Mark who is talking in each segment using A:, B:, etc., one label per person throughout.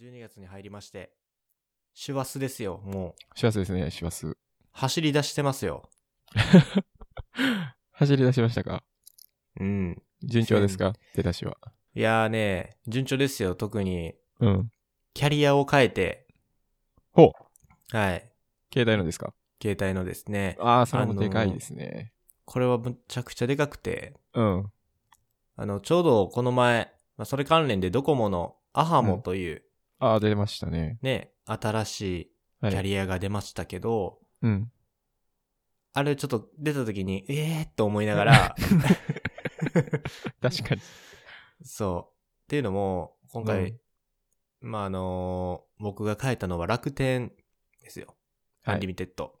A: 12月に入りまして、師走ですよ、もう。
B: 師走ですね、師走。
A: 走り出してますよ。
B: 走り出しましたか
A: うん。
B: 順調ですか出だしは。
A: いやーね、順調ですよ、特に。
B: うん。
A: キャリアを変えて。
B: ほ
A: はい。
B: 携帯のですか
A: 携帯のですね。
B: ああ、それもでかいですね。
A: これはむちゃくちゃでかくて、
B: うん。
A: あの、ちょうどこの前、まあ、それ関連でドコモのアハモという
B: ああ、出ましたね。
A: ね、新し
B: はい
A: キャ
B: い。
A: リアが出ましたけど、
B: うん。
A: あれちょっと出た時に、えーっと思いなが ら、
B: 確かに。
A: そう。っていうのも、今回、まあ、あのー僕が変えたのは楽天ですよ。ア
B: は
A: ンリ
B: い。
A: ミテッド。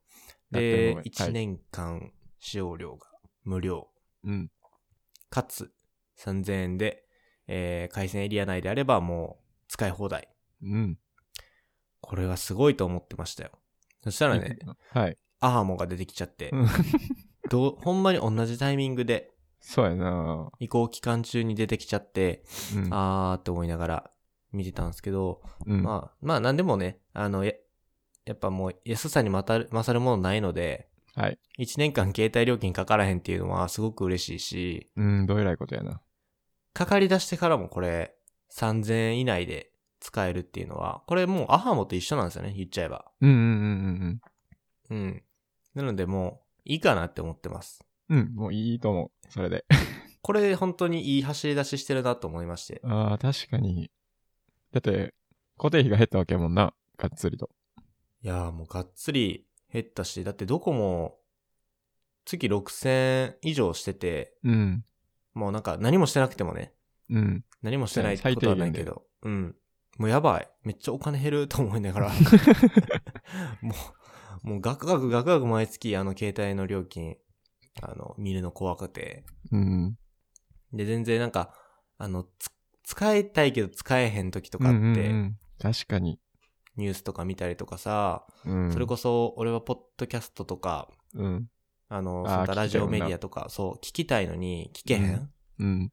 B: 楽
A: で
B: 天、モバイル
A: 1年間使用料が無料。
B: うん。
A: かつ、3000円で、えー回線エリア内であればもう使い放題。
B: うん。
A: これはすごいと思ってましたよ。そしたらね、
B: はい。
A: アハモが出てきちゃって、
B: うん
A: どうほんまに同じタイミングで
B: そうやな
A: 移行期間中に出てきちゃって、
B: うん。
A: あーって思いながら見てたんですけど、
B: うん。
A: まあ、まあ、なんでもね、あの、や、やっぱもう、安さにまたる、勝るものないので、
B: はい。
A: 1年間携帯料金かからへんっていうのはすごく嬉しいし、
B: うん、どうえらいことやな。
A: かかり出してからもこれ、3000円以内で使えるっていうのは、これもうアハモと一緒なんですよね、言っちゃえば。
B: うんうんうん
A: うん。なのでもう、いいかなって思ってます。
B: うんうん。うん、もういいと思う。それで。
A: これ本当にいい走り出ししてるなと思いまして。
B: ああ、確かに。だって、固定費が減ったわけやもんな。がっつりと。
A: いやーもうがっつり減ったし、だってどこも、月6000以上してて、
B: うん。
A: もうなんか何もしてなくてもね、
B: うん。
A: 何もしてないってことはないけど。うん。もうやばい。めっちゃお金減ると思いな がら。もう、もうガクガクガクガク毎月あの携帯の料金、あの、見るの怖くて。
B: うん。
A: で、全然なんか、あの、つ使いたいけど使えへん時とか
B: うん
A: っ
B: うんう
A: て、
B: ん確かに。
A: ニュースとか見たりとかさ、
B: うん。
A: それこそ俺はポッドキャストとか、
B: うん。
A: あの、
B: あー
A: その他ラジオメディ
B: 聞きたいもん
A: ア
B: な
A: とか、そう、聞きたいのに聞けへん
B: う
A: っ
B: んうん。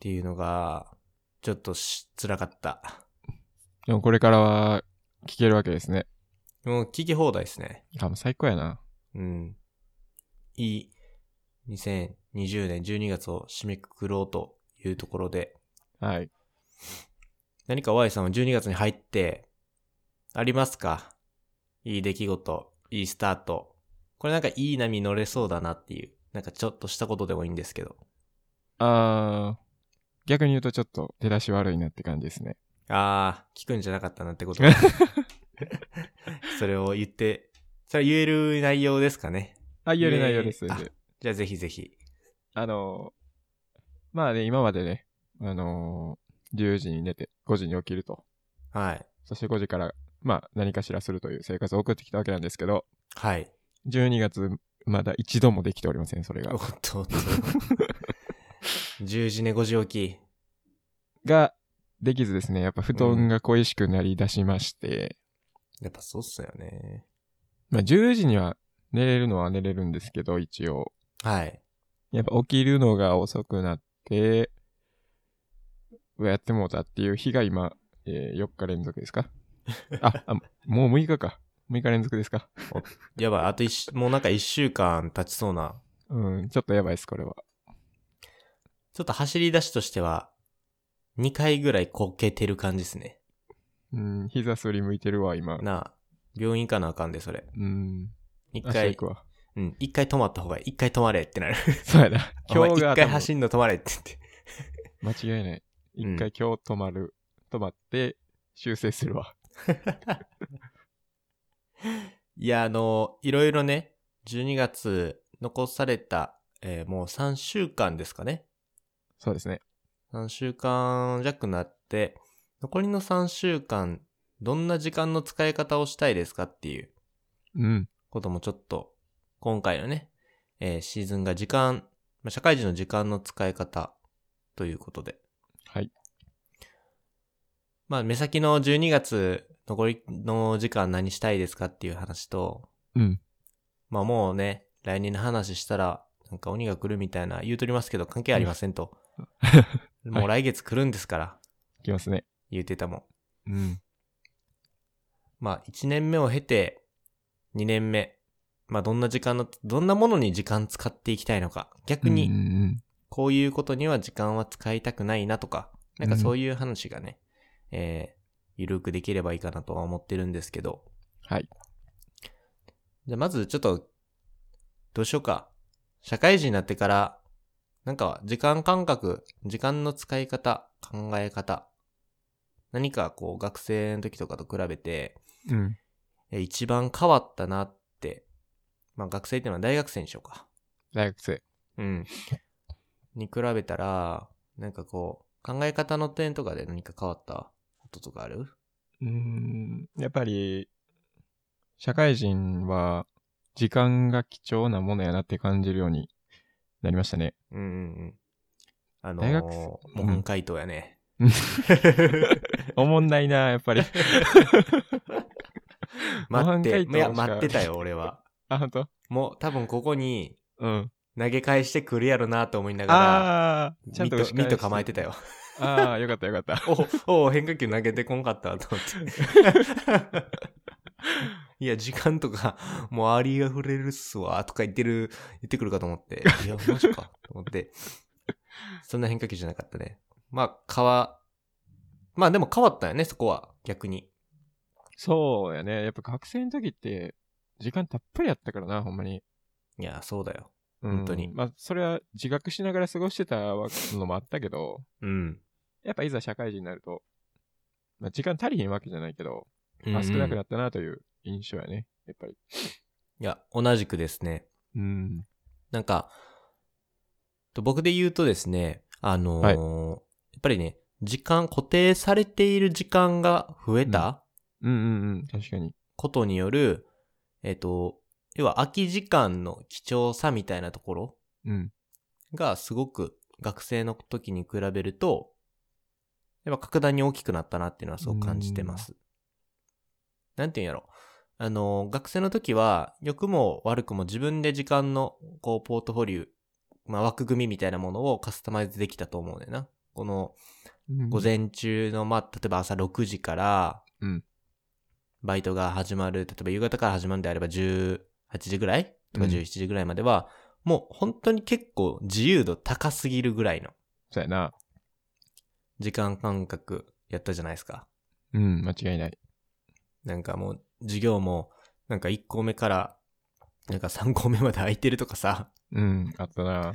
A: ていうのが、ちょっとし、辛かった。
B: でもこれからは聞けるわけですね。
A: もう聞き放題ですね。
B: あ、もう最高やな。
A: うん。いい、2020年12月を締めくくろうというところで、
B: はい。
A: 何か Y さんは12月に入って、ありますかいい出来事、いいスタート。これなんかいい波乗れそうだなっていう、なんかちょっとしたことでもいいんですけど。
B: あー、逆に言うとちょっと出だし悪いなって感じですね。
A: あー、聞くんじゃなかったなってこと。それを言って、それは言える内容ですかね。
B: あ、言える内容です。
A: ねえ
B: 全然
A: じゃあぜひぜひ。
B: あのー、まあね、今までね、あのー、10時に寝て5時に起きると。
A: はい。
B: そして5時から、まあ何かしらするという生活を送ってきたわけなんですけど、
A: はい。
B: 12月まだ一度もできておりません、それが
A: おっ。とおっと。10時寝5時起き。
B: が、できずですね、やっぱ布団が恋しくなりだしまして、
A: やっぱそうっすよね。
B: まあ10時には寝れるのは寝れるんですけど、一応。
A: はい。
B: やっぱ起きるのが遅くなって、うわやってもうたっていう日が今、え4日連続で すかああ、もう6日か。6日連続ですか。
A: やばい、あと一、もうなんか1週間経ちそうな。
B: うん、ちょっとやばいです、これは。
A: ちょっと走り出しとしては、2回ぐらいこけてる感じですね。
B: うん、膝すりむいてるわ、今。
A: なあ、病院行かなあかんで、それ。
B: うん、
A: 一
B: 明日行
A: 回
B: く、わ。
A: うん、一回止まった方がいい。一回止まれ ってなる。
B: そうやな。
A: 今日
B: 今日が
A: 一回走んの止まれって言って。
B: 多分間違いない。
A: うん
B: 一回今日止まる。止まって、修正するわ。
A: いや、あの、いろいろね、12月残された、えーもう3週間ですかね。
B: そうですね。
A: 3週間弱になって、残りの3週間、どんな時間の使い方をしたいですかっていう
B: うん。
A: こともちょっと、今回のね、えーシーズンが時間、まあ社会人の時間の使い方ということで。
B: はい。
A: まあ、目先の12月、残りの時間何したいですかっていう話と、
B: うん。
A: まあもうね、来年の話したら、なんか鬼が来るみたいな言うとりますけど、関 係ありませんと。もう来月来るんですから、
B: いきますね。
A: 言うてたもん。
B: うん。
A: まあ、1年目を経て、2年目。まあ、どんな時間の、どんなものに時間使っていきたいのか。逆
B: うん
A: に、
B: うん
A: こういうことには時間は使いたくないなとか、なんか
B: うん
A: そういう話がね、えー、ゆるくできればいいかなとは思ってるんですけど。
B: はい。
A: じゃあ、まずちょっと、どうしようか。社会人になってから、なんか、時間感覚、時間の使い方、考え方。何かこう、学生の時とかと比べて、
B: うん。
A: えー一番変わったなって、まあ学生っていうのは大学生にしようか。
B: 大学生。
A: うん。に比べたら、なんかこう、考え方の点とかで何か変わったこととかある
B: うん。やっぱり、社会人は、時間が貴重なものやなって感じるようになりまし たね。
A: うんうんうん。あの
B: 大
A: ー
B: 学生、
A: 模範解答やね。
B: おもんないな、やっぱり。
A: 待っ
B: 模範
A: て、
B: 解
A: い
B: 答
A: や、
B: しか
A: 待ってたよ、俺は。
B: あ、ほんと
A: もう、多分ここに
B: うん。
A: 投げ返してくるやろなと思いなが
B: ああ、
A: ら、
B: ちゃん
A: ミ
B: と
A: ート、ミート構えて
B: た。
A: たよ。
B: ああ、よかったよかった。
A: おお変化球投げてこんかったと思 って。いや、時間とか、もうありあふれるっすわ、とか言ってる、言ってくるかと思って。いや、マジか、と思って。そんな変化球じゃなかったね。まあ、変わ、まあでも変わったよね、そこは、逆に。
B: そうやね。やっぱ学生の時って、時間たっぷりあったからな、ほんまに。
A: いや、そうだよ。
B: うん
A: 本当に
B: まあ、それは自覚しながら過ごしてたのもあったけど、
A: うん。
B: やっぱいざ社会人になると、まあ、時間足りひんわけじゃないけど、まあ、少なくな
A: っ
B: ったなという印象やね、やっぱり。
A: いや、同じくですね。
B: うん。
A: なんか、と僕で言うとですね、あのー
B: はい
A: やっぱりね、時間、固定されている時間が増えた
B: うんうんうん、確かに。
A: ことによる、えっ、と、要は空き時間の貴重さみたいなところ
B: うん。
A: がすごく学生の時に比べると、やっぱ格段に大きくなったなっていうのはそう感じてます。なんて言うんやろ。あの、学生の時は、良くも悪くも自分で時間の、こう、ポートフォリオ、まあ、枠組みみたいなものをカスタマイズできたと思うねんな。この、午。前中の、まあ、例えば朝6時から、
B: うん
A: バイトが始まる、例えば夕方から始まるんであれば18時ぐらいとか
B: うん
A: 17時ぐらいまでは、もう本当に結構自由度高すぎるぐらいの
B: そうやな。
A: 時間感覚やったじゃないですか。
B: うん、間違いない。
A: なんかもう授業も、なんか1校目から、なんか3校目まで空いてるとかさ。
B: うん、あったな。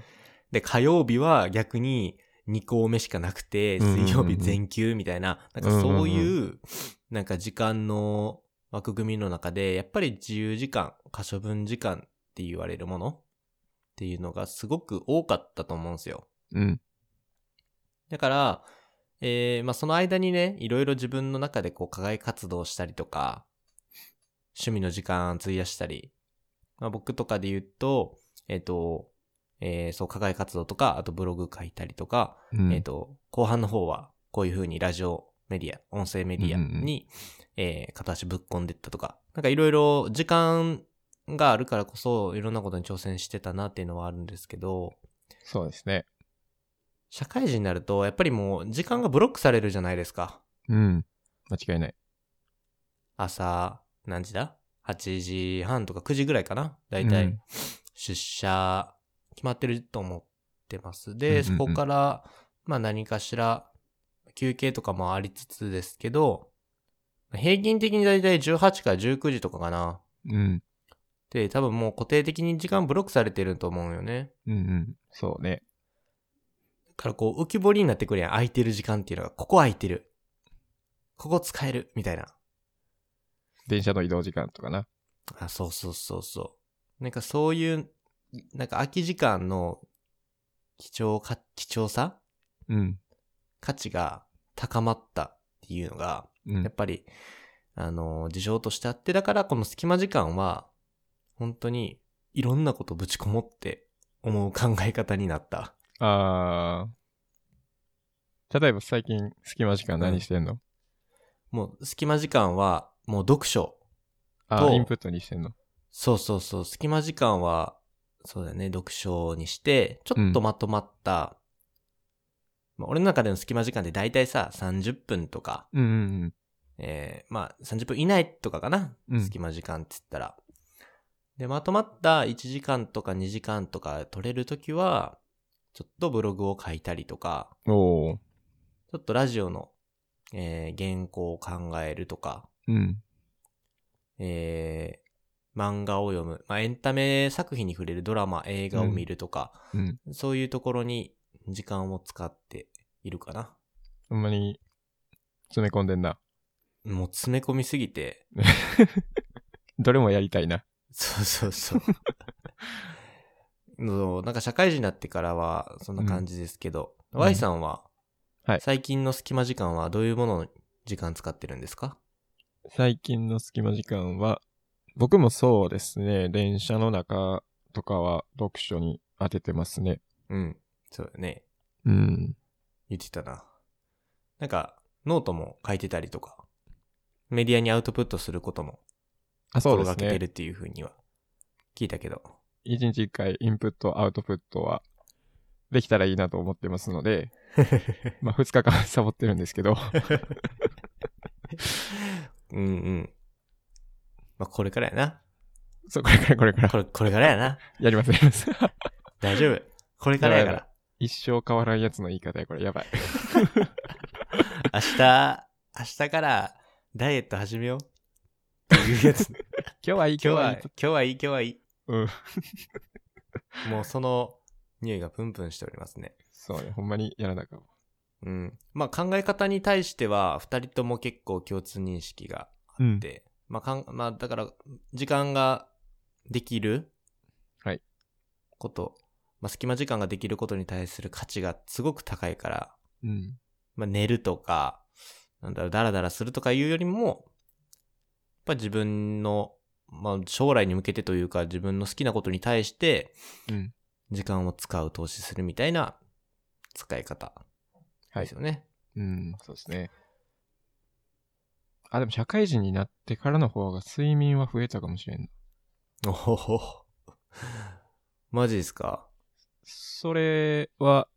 A: で、火曜日は逆に2校目しかなくて、
B: うんうんうん
A: 水曜日全休みたいな、なんかそういう、なんか時間の枠組みの中で、やっぱり自由時間、可処分時間って言われるものっていうのがすごく多かったと思うんですよ。
B: うん。
A: だから、えーまあその間にね、いろいろ自分の中でこう、課外活動したりとか、趣味の時間費やしたり、まあ僕とかで言うと、えっ、と、えーそう、課外活動とか、あとブログ書いたりとか、
B: うん、
A: えっ、と、後半の方は、こういう風にラジオメディア、音声メディア
B: うんうんうん
A: に、えー片足ぶっ込んでったとか、なんかいろいろ時間があるからこそ、いろんなことに挑戦してたなっていうのはあるんですけど、
B: そうですね。
A: 社会人になると、やっぱりもう時間がブロックされるじゃないですか。
B: うん。間違いない。
A: 朝、何時だ ?8 時半とか9時ぐらいかなだいた
B: う
A: い
B: ん
A: 出社決まってると思ってます。
B: うんうんう
A: で、
B: ん
A: そこから、まあ何かしら休憩とかもありつつですけど、平均的にだいたい18から19時とかかな。
B: うん。
A: で、多分もう固定的に時間ブロックされてると思うよね。
B: うんうん。そうね。
A: だからこう浮き彫りになってくるやん。空いてる時間っていうのが、ここ空いてる。ここ使える。みたいな。
B: 電車の移動時間とかな。
A: あ、そうそうそうそう。なんかそういう、なんか空き時間の貴重か、貴重さ
B: うん。
A: 価値が高まったっていうのが、
B: う
A: やっ
B: ん。
A: ぱり、あの、事情としてあって、だからこの隙間時間は、本当にいろんなことぶちこもって思う考え方になった。
B: あー。例えば最近、隙間時間何してんの、
A: もう隙間時間は、もう読書。
B: あ
A: と
B: ー、インプットにしてんの
A: そうそうそう、隙間時間は、そうだよね、読書にして、ちょっとまとまった、まあ、俺の中での隙間時間って大体さ、30分とか、
B: うんうん
A: えーまあ30分以内とかかな、
B: うん
A: 隙間時間って言ったら。で、まとまった1時間とか2時間とか取れるときは、ちょっとブログを書いたりとか、
B: おお。
A: ちょっとラジオの、えー原稿を考えるとか、
B: うん。
A: えー漫画を読む、まあ、エンタメ作品に触れるドラマ、映画を見るとか、
B: うん。
A: そういうところに時間を使っているかな。
B: ほんまに、詰め込んでんな。
A: もう詰め込みすぎて、
B: どれもやりたいな。
A: そうそう そう。のなんか社会人になってからはそんな感じですけど、
B: うん
A: Y さんは、
B: はい
A: 最近の隙間時間はどういうものの時間使ってるんですか
B: 最近の隙間時間は、僕もそうですね。電車の中とかは読書に当ててますね。
A: うん。そうだね。
B: うん。
A: 言ってたな。なんか、ノートも書いてたりとか、メディアにアウトプットすることも
B: あ、そう
A: 心
B: で
A: が
B: す
A: けてる
B: ね。
A: っていうふうには聞いたけど。
B: 一日一回インプット、アウトプットはできたらいいなと思ってます ので、まあ二日間 サボってるんですけど、
A: うんうん。まあ、これからやな。
B: そう、これからこ れから
A: これ、これからやな。
B: やりますやります。
A: 大丈夫。これからやから。
B: 一生変わらんやつの言い方や、これやば い。
A: 明日、明日からダイエット始め よう。っていうやつ。
B: 今日はいい、
A: 今日は、
B: いい
A: 今。日はいい、今日はいい。
B: うん。
A: もうその匂いがプンプンしておりますね。
B: そうね、ほんまにやらなあかんわ
A: うん。まあ考え方に対しては、二人とも結構共通認識が
B: う
A: あっ
B: ん。
A: て、まあかん、まあだから、時間ができる
B: はい
A: こと、まあ隙間時間ができることに対する価値がすごく高いから、
B: うん。
A: まあ、寝るとか、なんだろう、ダラダラするとかいうよりも、やっぱ自分の、まあ、将来に向けてというか、自分の好きなことに対して、
B: うん。
A: 時間を使う、投資するみたいな使い方
B: は
A: で
B: い
A: す。よね。
B: うん、そうですね。あ、でも社会人になってからの方が睡眠は増えたかもしれん
A: お
B: な。
A: ほほ。マジですか
B: それは、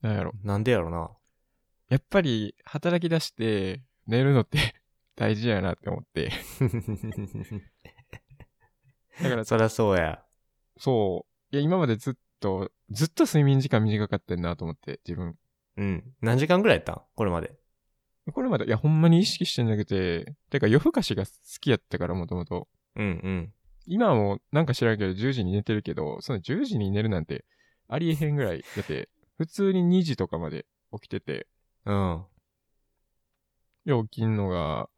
B: なんやろ。
A: なんでやろな。
B: やっぱり働き出して寝るのって 大事やなって思って。だから
A: そりゃそうや。
B: そう。いや、今までずっと、ずっと睡眠時間短かったんなと思って、自分。
A: うん。何時間ぐらいやったんこれまで。
B: これまで、いや、ほんまに意識してんだけど、てか夜更かしが好きやったから、もともと。
A: うんうん。
B: 今はもうなんか知らんけど10時に寝てるけど、その10時に寝るなんてありえへんぐらい。だって、普通に2時とかまで起きてて、
A: うん。
B: で、起きんのが、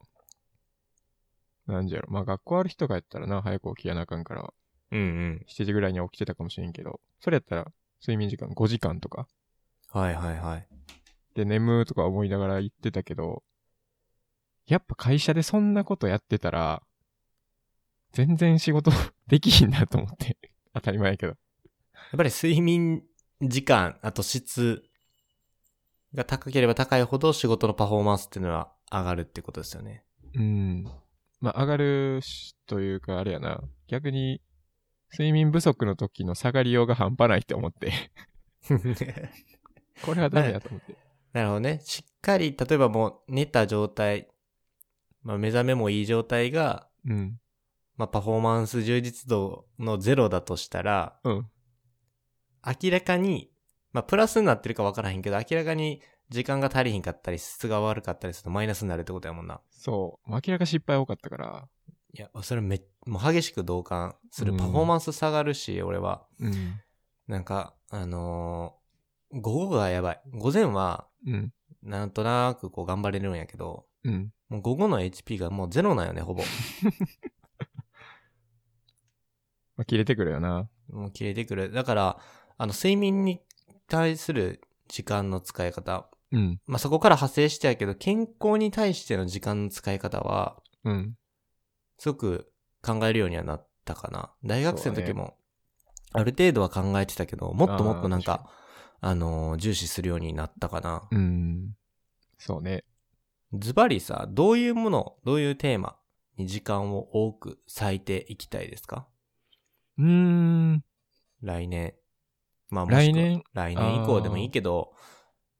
B: なんじゃろ。まあ学校ある日とかやったらな、早く起きやなあかんから、
A: うんうん。
B: 7時ぐらいには起きてたかもしれんけど、それやったら睡眠時間5時間とか。
A: はいはいはい。
B: で、眠ーとか思いながら言ってたけど、やっぱ会社でそんなことやってたら、全然仕事 できひんなと思って。当たり前やけど。
A: やっぱり睡眠時間、あと質が高ければ高いほど仕事のパフォーマンスっていうのは上がるってことですよね。
B: うん。まあ、上がるし、というか、あれやな。逆に、睡眠不足の時の下がりようが半端ないって思って。 これはダメだと思って。
A: なるほどね。しっかり、例えばもう寝た状態、まあ、目覚めもいい状態が、
B: うん。
A: まあ、パフォーマンス充実度のゼロだとしたら、
B: うん。
A: 明らかに、まあ、プラスになってるか分からへんけど、明らかに時間が足りひんかったり、質が悪かったりするとマイナスになるってことやもんな。
B: そう。明らか失敗多かったから。
A: いや、それめっ、もう激しく同感する。パフォーマンス下がるし、俺は。
B: うん。
A: なんか、あのー午後がやばい。午前は、
B: うん。
A: なんとなくこう頑張れるんやけど、
B: うん。
A: もう午後の HP がもうゼロなんよね、 ほぼ。
B: まあ、切れてくるよな。
A: もう切れてくる。だから、あの、睡眠に対する時間の使い方。
B: うん。
A: まあ、そこから派生してやけど、健康に対しての時間の使い方は、
B: うん。
A: すごく考えるようにはなったかな。大学生の
B: そう
A: 時
B: だ
A: も、ある程度は考えてたけど、もっともっとなん
B: あー
A: か、あのー重視するようになったかな。
B: うん。そうね。
A: ズバリさ、どういうもの、どういうテーマに時間を多く割いていきたいですか
B: うーん。来
A: 来年。まあもしくは
B: 来年
A: 来年以降でもいいけど、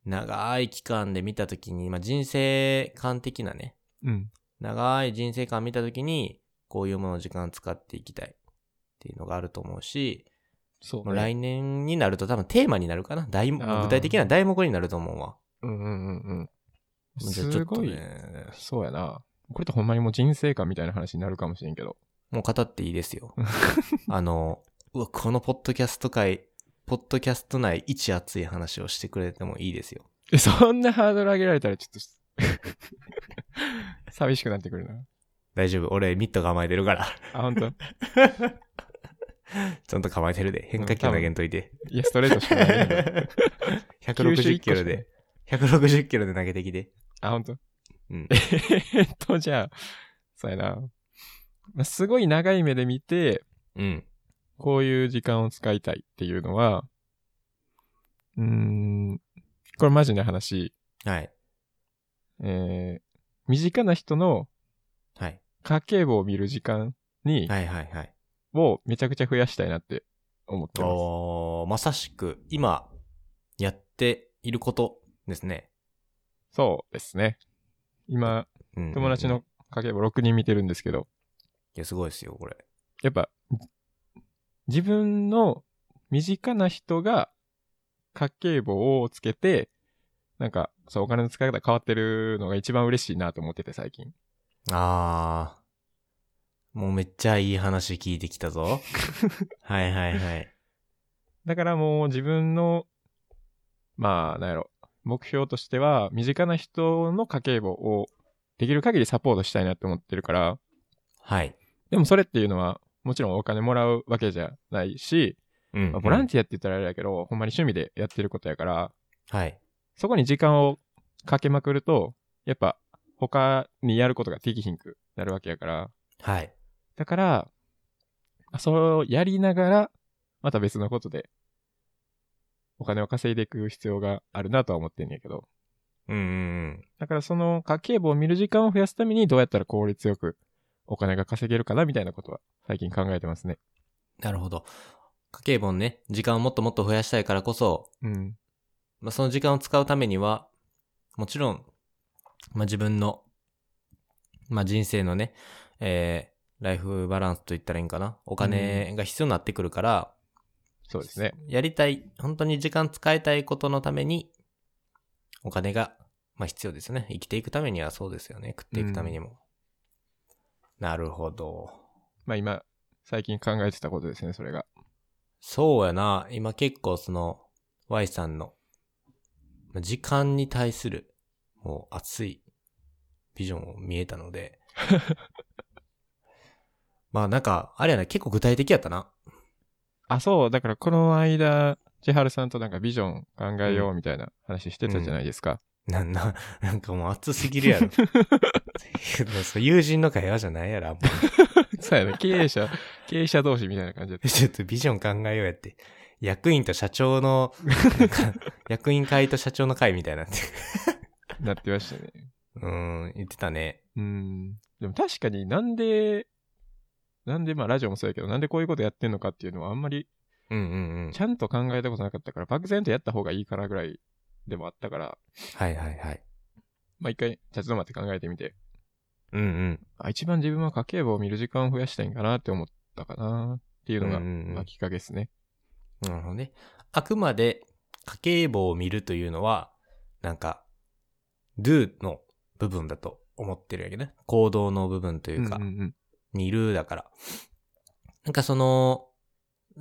A: 長い期間で見たときに、まあ人生観的なね、
B: うん。
A: 長い人生観見た時に、こういうものを時間使っていきたいっていうのがあると思うし、
B: そ
A: も
B: う、
A: う
B: ね。
A: 来年になると多分テーマになるかな。題目
B: あー
A: 具体的な題目になると思うわ。
B: うんうんうんうん。
A: じゃあちょ
B: す
A: っと
B: ごい、
A: ね、
B: そうやな。これってほんまにもう人生観みたいな話になるかもしれんけど。
A: もう語っていいです よ。あの、うわ、このポッドキャスト界、ポッドキャスト内一熱い話をしてくれてもいいですよ。
B: え、そんなハードル上げられたらちょっとし、 寂しくなってくるな。
A: 大丈夫。俺、ミット構えてるから。
B: あ、ほんと。
A: ちゃんと構えてるで。変化球投げんといて。
B: いや、ストレートしかないねんな。
A: 160キロで。。160キロで投げてきて。
B: あ、ほんと。
A: うん。
B: えっと、じゃあ、そうやな。まあすごい長い目で見て、
A: うん。
B: こういう時間を使いたいっていうのは、うーん、これマジな話、
A: はい。
B: えー、身近な人の
A: はい。
B: 家計簿を見る時間に、
A: はいはいはい。
B: をめちゃくちゃ増やしたいなって思ってます。
A: おーまさしく、今、やっていることですね。
B: そうですね。今、
A: うん
B: 友達。
A: い
B: の家計簿6人見てるんですけど、
A: や、すごいですよ、これ。
B: やっぱ、自分の身近な人が家計簿をつけて、なんか、そう、お金の使い方変わってるのが一番嬉しいなと思ってて、最近。
A: あー。もうめっちゃいい話聞いてきた ぞ。はいはいはい。
B: だからもう自分の、まあ、なんやろ、目標としては、身近な人の家計簿をできる限りサポートしたいなって思ってるから、
A: はい。
B: でもそれっていうのは、もちろんお金もらうわけじゃないし、
A: うん
B: まあボランティアって言ったらあれだけど、ほんまに趣味でやってることやから、
A: はい。
B: そこに時間をかけまくると、やっぱ他にやることができひんくなるわけやから。
A: はい。
B: だから、まあそれをやりながら、また別のことで、お金を稼いでいく必要があるなとは思ってんやけど。
A: うんうん
B: だからその家計簿を見る時間を増やすためにどうやったら効率よくお金が稼げるかなみたいなことは最近考えてますね。
A: なるほど。家計簿ね、時間をもっともっと増やしたいからこそ、
B: うん。
A: まあ、その時間を使うためには、もちろん、まあ、自分の、まあ、人生のね、えー、ライフバランスと言ったらいいんかな。お金が必要になってくるから、
B: そうですね。
A: やりたい、本当に時間使いたいことのために、お金が、まあ、必要ですよね。生きていくためにはそうですよね。食っていくためにも。なるほど。
B: まあ今、最近考えてたことですね、それが。
A: そうやな。今結構その、Y さんの、まあ時間に対する、もう熱いビジョンを見えたの で。まあなんか、あれやな、結構具体的やったな。
B: あ、そう、だからこの間、千春さんとなんかビジョン考えようみたいな話してたじゃないですか。
A: なんな、なんかもう熱すぎるや ろ。そう友人の会話じゃないやろ、あんま
B: そうやね、経営者、経営者同士みたいな感じだった。
A: ちょっとビジョン考えようやって。役員と社長の、なんか 役員会と社長の会みたいになって。
B: なってましたね。
A: うん、言ってたね。
B: うん。でも確かになんで、なんでまあラジオもそうやけど、なんでこういうことやってんのかっていうのはあんまり
A: うんうんうん
B: ち。ゃんと考えたことなかったから、漠然とやった方がいいかなぐらいでもあったから、
A: はいはいはい。
B: まあ一回立ち止まって考えてみて、
A: うんうん。
B: あ、一番自分は家計簿を見る時間を増やしたいんかなって思ったかなっていうのが、
A: うんうんうん
B: まあきっかけですね。
A: なるほどね。あくまで家計簿を見るというのは、なんか、do の部分だと思ってるわけね。行動の部分というか、
B: んんん
A: 見るだから。なんかその、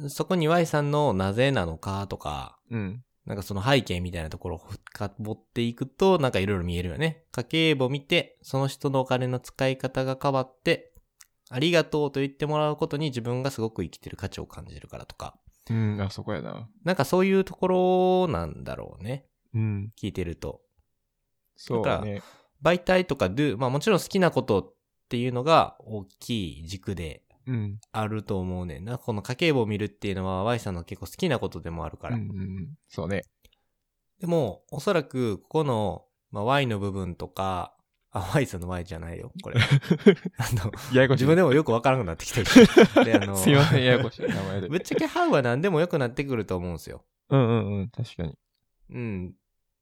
A: そこに Y さんのなぜなのかとか、
B: うん。
A: なんかその背景みたいなところを深掘っていくと、なんかいろいろ見えるよね。家計簿見て、その人のお金の使い方が変わって、ありがとうと言ってもらうことに自分がすごく生きてる価値を感じるからとか。
B: うん、あ、そこやな。
A: なんかそういうところなんだろうね。
B: うん。
A: 聞いてると。
B: そうね。
A: 媒体とか do、まあもちろん好きなことっていうのが大きい軸で
B: うん。
A: あると思うねんな。この家計簿を見るっていうのは Y さんの結構好きなことでもあるか
B: う
A: ら。
B: んうんうん。そうね。
A: でも、おそらくここの、まあ、Y の部分とか、あ、Y さんの Y じゃないよ、こ れ。あの、
B: ややこしい。
A: 自分でもよくわからなくなってきてる し。であの
B: すいません、ややこしい名前で。
A: ぶっちゃけハウは何でもよくなってくると思うんですよ。
B: うんうんうん。確かに。
A: うん。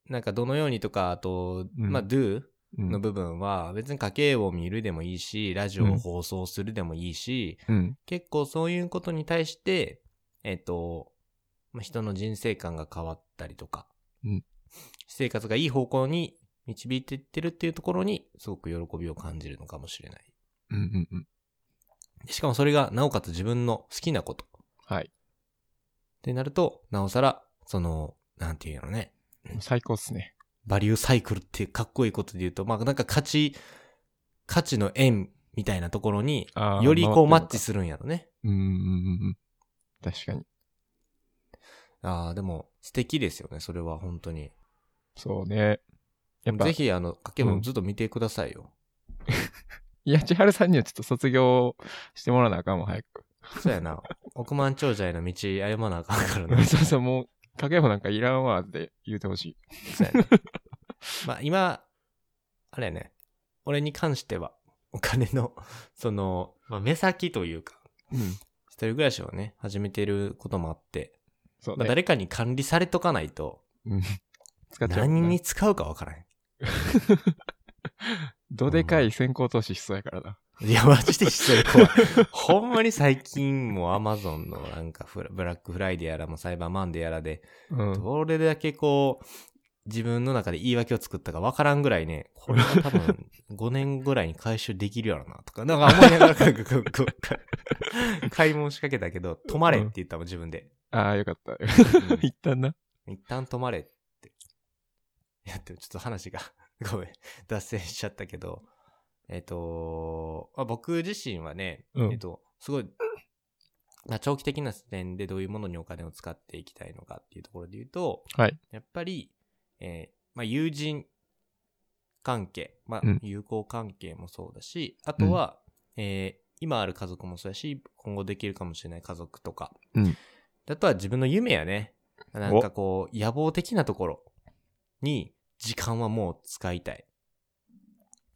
A: なんかどのようにとか、あと、
B: うん
A: まあ、do
B: うん
A: の部分は、別に家計を見るでもいいし、ラジオを放送するでもいいし、
B: うん。
A: 結構そういうことに対して、えっ、と、まあ人の人生観が変わったりとか、
B: うん
A: 私生活がいい方向に導いていってるっていうところに、すごく喜びを感じるのかもしれない。
B: うんうんうん。
A: でしかもそれが、なおかつ自分の好きなこと。
B: はい。
A: ってなると、なおさら、その、なんていうのね、
B: 最高っすね。
A: バリューサイクルってかっこいいことで言うと、まあなんか価値、価値の円みたいなところに、
B: あー
A: よりこうマッチ
B: 回って
A: するんやろね。
B: るのかうんうんうんうん。確かに。
A: ああ、でも素敵ですよね、それは本当に。
B: そうね。やっぱ、
A: ぜひ、あの、かけも
B: うん
A: ずっと見てください よ。
B: いや、千春さんにはちょっと卒業してもらわなあかんもん、早く。
A: そうやな。億万長者への道歩まなあかんからな
B: 。そうそう、もう、かけもなんかいらんわって言うてほしい。
A: そうやな。まあ今、あれやね、俺に関しては、お金の、 その、まあ目先というか、
B: うん。
A: 一人暮らしをね、始めてることもあって、
B: そう
A: まあ
B: ね。
A: 誰かに管理されとかないと、
B: うん。使っちゃうもんな。
A: 何に使うかわからへん。
B: どでかい先行投資しそうやからな。
A: いや、マジでしそれ 怖い。ほんまに最近もう Amazon のなんかフラブラックフライデーやらもうサイバーマンデーやらで、
B: うん。
A: どれだけこう、自分の中で言い訳を作ったかわからんぐらいね、これは多分5年ぐらいに回収できるやろなとか、なんか思いながらこうこうこう買い物しかけたけど、止まれって言ったもん自分で。
B: ああ、よかった。
A: う ん
B: 一旦な。
A: 一旦止まれって。いや、でもちょっと話が、ごめん、脱線しちゃったけど、えっ、と、まあ、僕自身はね、
B: うん
A: えっと、すごい、まあ、長期的な視点でどういうものにお金を使っていきたいのかっていうところで言うと、
B: はい
A: やっぱり、えーまあ、友人関係、まあ
B: うん、
A: 友好関係もそうだし、あとは、えー今ある家族もそうだし、今後できるかもしれない家族とか、
B: うん
A: あとは自分の夢やね、なんかこう、野望的なところに時間はもう使いたい。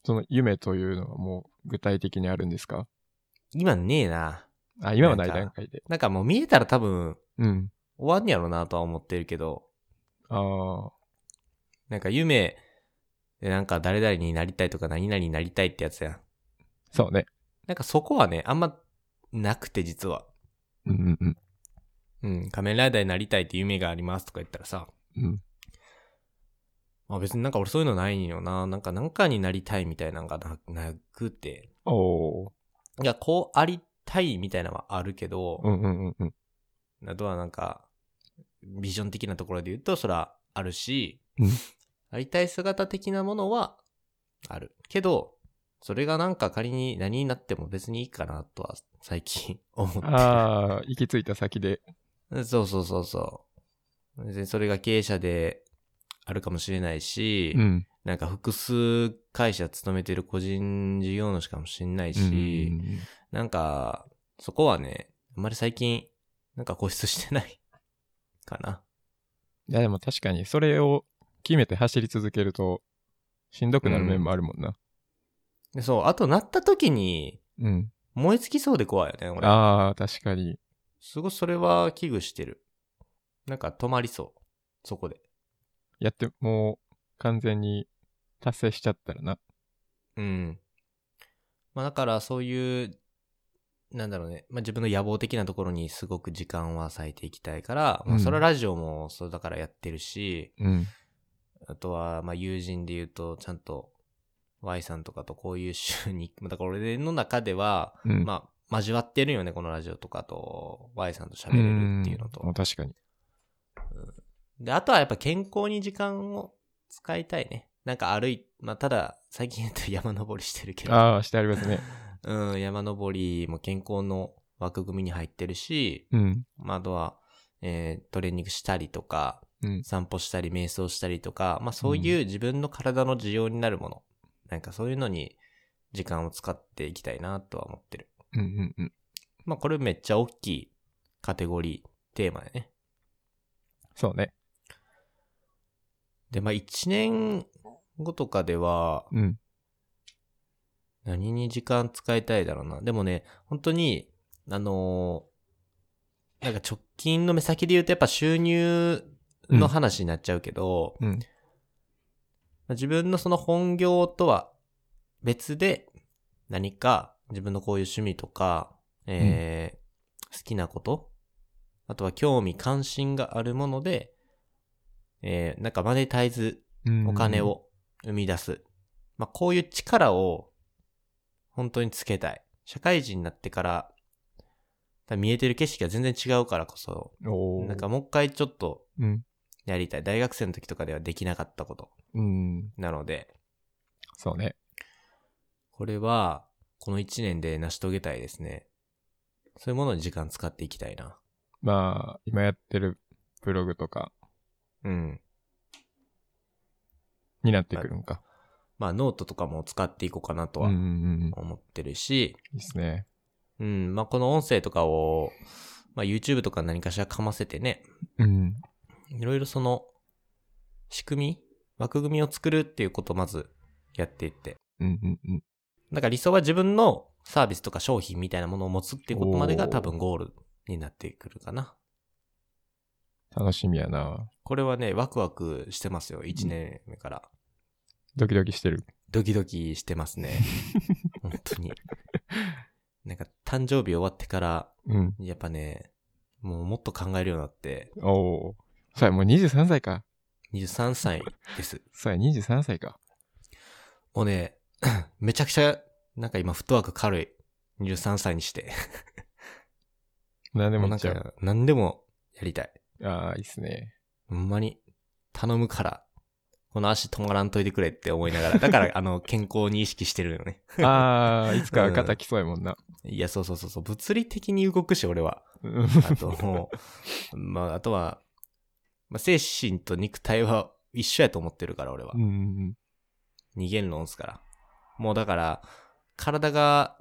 B: その夢というのはもう具体的にあるんですか
A: 今ねえな。
B: あ、今はない
A: なん
B: 段
A: か
B: 階で。
A: なんかもう見えたら多分
B: うん。
A: 終わんやろなとは思ってるけど、
B: ああ、
A: なんか夢でなんか誰々になりたいとか何々になりたいってやつやん。
B: そうね。
A: なんかそこはね、あんまなくて実は。
B: うんうんうん。
A: うん、仮面ライダーになりたいって夢がありますとか言ったらさ、
B: うん。
A: まあ別になんか俺そういうのないんよな。なんかなんかになりたいみたいなのがななくて。
B: おー。
A: いや、こうありたいみたいなのはあるけど、
B: うんうんうんうん。
A: あとはなんか、ビジョン的なところで言うと、そらあるし
B: うん、
A: ありたい姿的なものはある。けど、それがなんか仮に何になっても別にいいかなとは最近 思って
B: ああ、行き着いた先で。
A: る。そうそうそうそう。別にそれが経営者であるかもしれないし、
B: うん。
A: なんか複数会社勤めてる個人事業主かもしれないし、
B: うん
A: なんか、そこはね、あんまり最近、なんか固執してない かな。
B: いや、でも確かにそれを決めて走り続けると、しんどくなる面もあるもんな。
A: でそう、あとなった時に
B: うん。
A: 燃え尽きそうで怖いよね、俺。
B: ああ、確かに。
A: すごいそれは危惧してる。なんか止まりそう。そこで。
B: やって、もう完全に達成しちゃったらな。
A: うん。まあだからそういう、なんだろうね、まあ自分の野望的なところにすごく時間は割いていきたいから、ま
B: う
A: あ
B: ん
A: それはラジオもそうだからやってるし、
B: うん。
A: あとはまあ友人で言うとちゃんと Y さんとかとこういう週に、 まあだから俺の中では、
B: うん。
A: まあ交わってるよね、このラジオとかと Y さんと
B: あ
A: 喋れるっていうのと。
B: 確かに。
A: で、あとはやっぱ健康に時間を使いたいね。なんか歩い、まあ、ただ、最近言ったら山登りしてるけど、
B: ああ、してありますね。
A: うん、山登りも健康の枠組みに入ってるし、
B: うん。
A: まあ、あとは、えートレーニングしたりとか、
B: うん。
A: 散歩したり、瞑想したりとか、まあ、そういう自分の体の需要になるもの、なんかそういうのに時間を使っていきたいなとは思ってる。
B: うんうんうん。
A: まあ、これめっちゃ大きいカテゴリー、テーマだね。
B: そうね。
A: で、まあ、一年後とかでは、
B: うん。
A: 何に時間使いたいだろうな。でもね、本当に、あのーなんか直近の目先で言うとやっぱ収入の話になっちゃうけど、
B: うん。
A: 自分のその本業とは別で何か自分のこういう趣味とか、えー好きなこと、あとは興味関心があるもので、えーなんかマネタイズ
B: うん
A: お金。を生み出す。まあ、こういう力を本当につけたい。社会人になってから、見えてる景色が全然違うからこそ、
B: おー
A: なんかもう一回ちょっと
B: うん。
A: やりたい。大学生の時とかではできなかったこと。
B: うん。
A: なので、
B: そうね。
A: これは、この一年で成し遂げたいですね。そういうものに時間使っていきたいな。
B: まあ、今やってるブログとか
A: うん。
B: になってくるんか。
A: まあ、ノートとかも使っていこうかなと
B: うんう
A: は
B: んうん。
A: 思ってるし、
B: いいっすね。
A: うん、まあ、この音声とかを、まあ、YouTube とか何かしらかませてね、
B: うん。
A: いろいろその、仕組み枠組みを作るっていうことをまずやっていって。
B: うんうんうん。
A: なんか理想は自分のサービスとか商品みたいなものを持つっていうことまでが
B: おー
A: 多分ゴールになってくるかな。
B: 楽しみやな。
A: これはね、ワクワクしてますよ。1年目から。
B: ドキドキしてる。
A: ドキドキしてます ね。本当に。なんか誕生日終わってから、
B: うん。
A: やっぱね、もうもっと考えるようになって、
B: おお。そうや、もう23歳か。
A: 23歳です。
B: そうや、23歳か。
A: もうね、 めちゃくちゃ、なんか今フットワーク軽い。23歳にして。
B: 何で
A: でも
B: もい
A: ないん
B: っちゃう。
A: か、何でもやりたい。
B: ああ、いいっすね。
A: ほんまに、頼むから、この足止まらんといてくれって思いながら、だ から、あの、健康に意識してるよね。
B: あ あ、いつか
A: うん
B: 肩きそうやもんな。
A: いや、そうそうそうそう、物理的に動くし、俺は。
B: うん
A: あと、もう、 まあ、あとは、まあ、精神と肉体は一緒やと思ってるから、俺は
B: う。ん。
A: 二元論っすから。もうだから、体が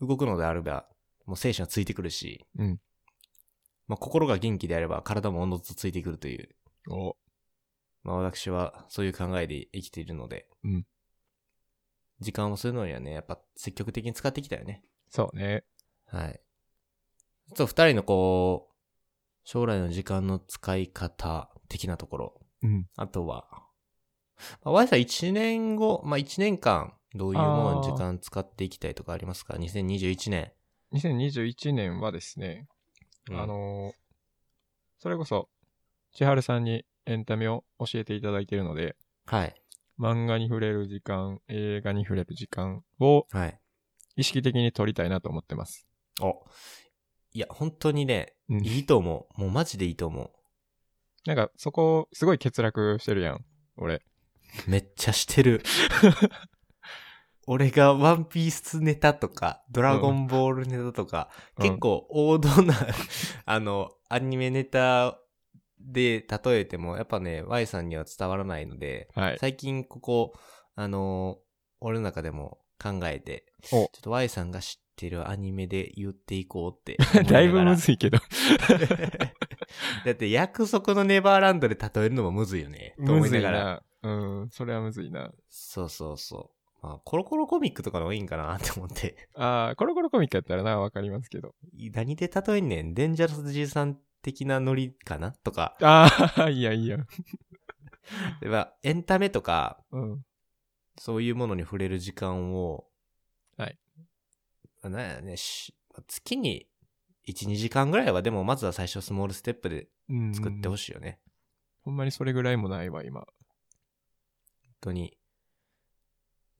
A: 動くのであれば、もう精神はついてくるし、
B: うん
A: まあ、心が元気であれば、体もおのずとついてくるという、
B: お
A: まあ、私はそういう考えで生きているので、
B: うん
A: 時間をするのにはね、やっぱ積極的に使っていきたいよね。
B: そうね。
A: はい。ちょっと二人のこう、将来の時間の使い方的なところ、
B: うん。
A: あとは、まあ、Y さん1年後、まあ1年間、どういうものに時間使っていきたいとかありますか ?2021 年。
B: 2021年はですね、
A: うん
B: あ、のーそれこそ、千春さんにエンタメを教えていただいているので、
A: はい。
B: 漫画に触れる時間、映画に触れる時間を
A: はい。
B: 意識的に取りたいなと思ってます。
A: お。いや、本当にね、
B: うん
A: いいと思う。もうマジでいいと思
B: なんか、そこ、すごい欠落してるやん、俺。
A: う。めっちゃして る。俺がワンピースネタとか、ドラゴンボールネタとか、結構王道な、 あの、アニメネタで例えても、やっぱね、Y さんには伝わらないので、
B: うん、はい。
A: 最近ここ、あのー俺の中でも考えて、ちょ
B: お。
A: っと Y さんが知ってるアニメで言っていこうって
B: だいぶむ
A: い
B: ずいけど。
A: ながら。 だって約束のネバーランドで例えるのもむずいよね。と思
B: む
A: い
B: ず
A: ないがら。
B: な。うん、それはむずいな。
A: そうそうそう。まあ、コロコロコミックとかの方がいいんかなって思って。
B: あー、コロコロコミックやったらな、わかりますけど。
A: 何で例えんねん。デンジャラスじいさん的なノリかなと か。
B: ああ、いやいや。
A: でまあ、エンタメとか、
B: うん。
A: そういうものに触れる時間を、
B: はい。
A: なんやね、し月に1、2時間ぐらいは、でもまずは最初スモールステップで
B: うん
A: 作ってほ
B: い。
A: しいよね。
B: ほんまにそれぐらいもないわ、今。
A: 本当に。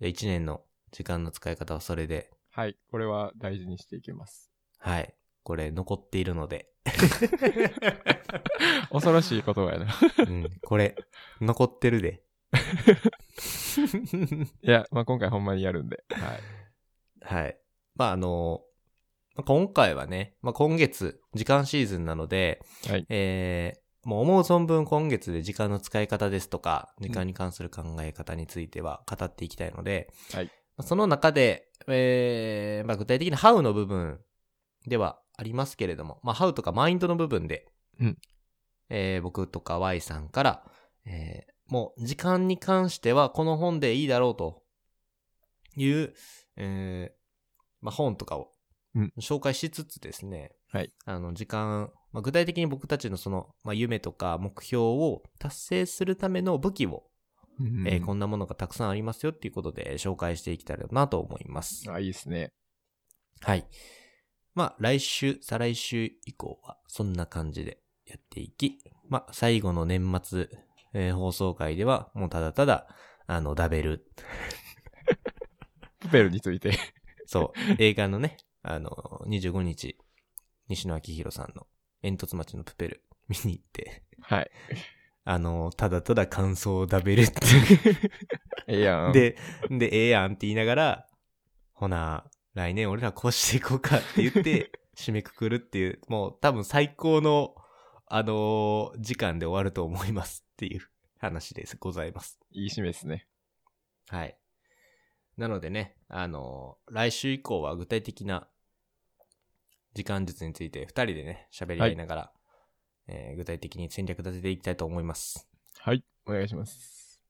A: 1年の時間の使い方はそれで、
B: はい。これは大事にしていきます。
A: はい。これ残っているので。
B: 恐ろしい言葉やな。い
A: うん、これ、残ってるで。
B: や、まあ、今回ほんまにやるんで。はい。
A: はい。まああの、まあ今回はね、まあ、今月、時間シーズンなので、
B: はい
A: えーもう思う存分今月で時間の使い方ですとか、時間に関する考え方については語っていきたいので、
B: はい
A: まあその中で、えーまあ、具体的な How の部分ではありますけれども、まあ、How とかマインドの部分で、
B: うん
A: えー僕とか Y さんから、えーもう時間に関してはこの本でいいだろうという、えーまあ、本とかを
B: うん
A: 紹介しつつですね、
B: はい
A: あの時間、まあ、具体的に僕たちのその、まあ、夢とか目標を達成するための武器を
B: うん
A: えーこんなものがたくさんありますよっていうことで紹介していきたいなと思います。
B: あ、いいですね。
A: はい。まあ、来週、再来週以降は、そんな感じでやっていき、まあ、最後の年末、えー放送回では、もうただただ、あの、ダベル、
B: プペルについて。
A: そう、映画のね、あの、25日、西野昭弘さんの、煙突町のプペル、見に行って、
B: はい。
A: あの、ただただ感想をダベるっていう。
B: ええやん。、
A: で、で、ええやんって言いながら、ほな、来年俺らこうしていこうかって言って、締めくくるっていう、もう多分最高の、あのー時間で終わると思いますっていう話です、ございます。
B: いい締めですね。
A: はい。なのでね、あのー来週以降は具体的な時間術について2人でね、喋り合いながら、えー具体的に戦略立てていきたいと思います。
B: はい。お願いします。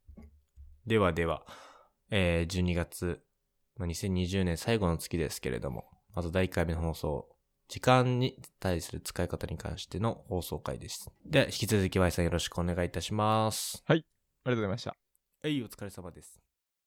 A: ではでは、えー12月、まあ、2020年最後の月ですけれども、まず第1回目の放送、時間に対する使い方に関しての放送回です。では、引き続き Y さんよろしくお願いいたします。
B: ありがとうございました。
A: はい、お疲れ様です。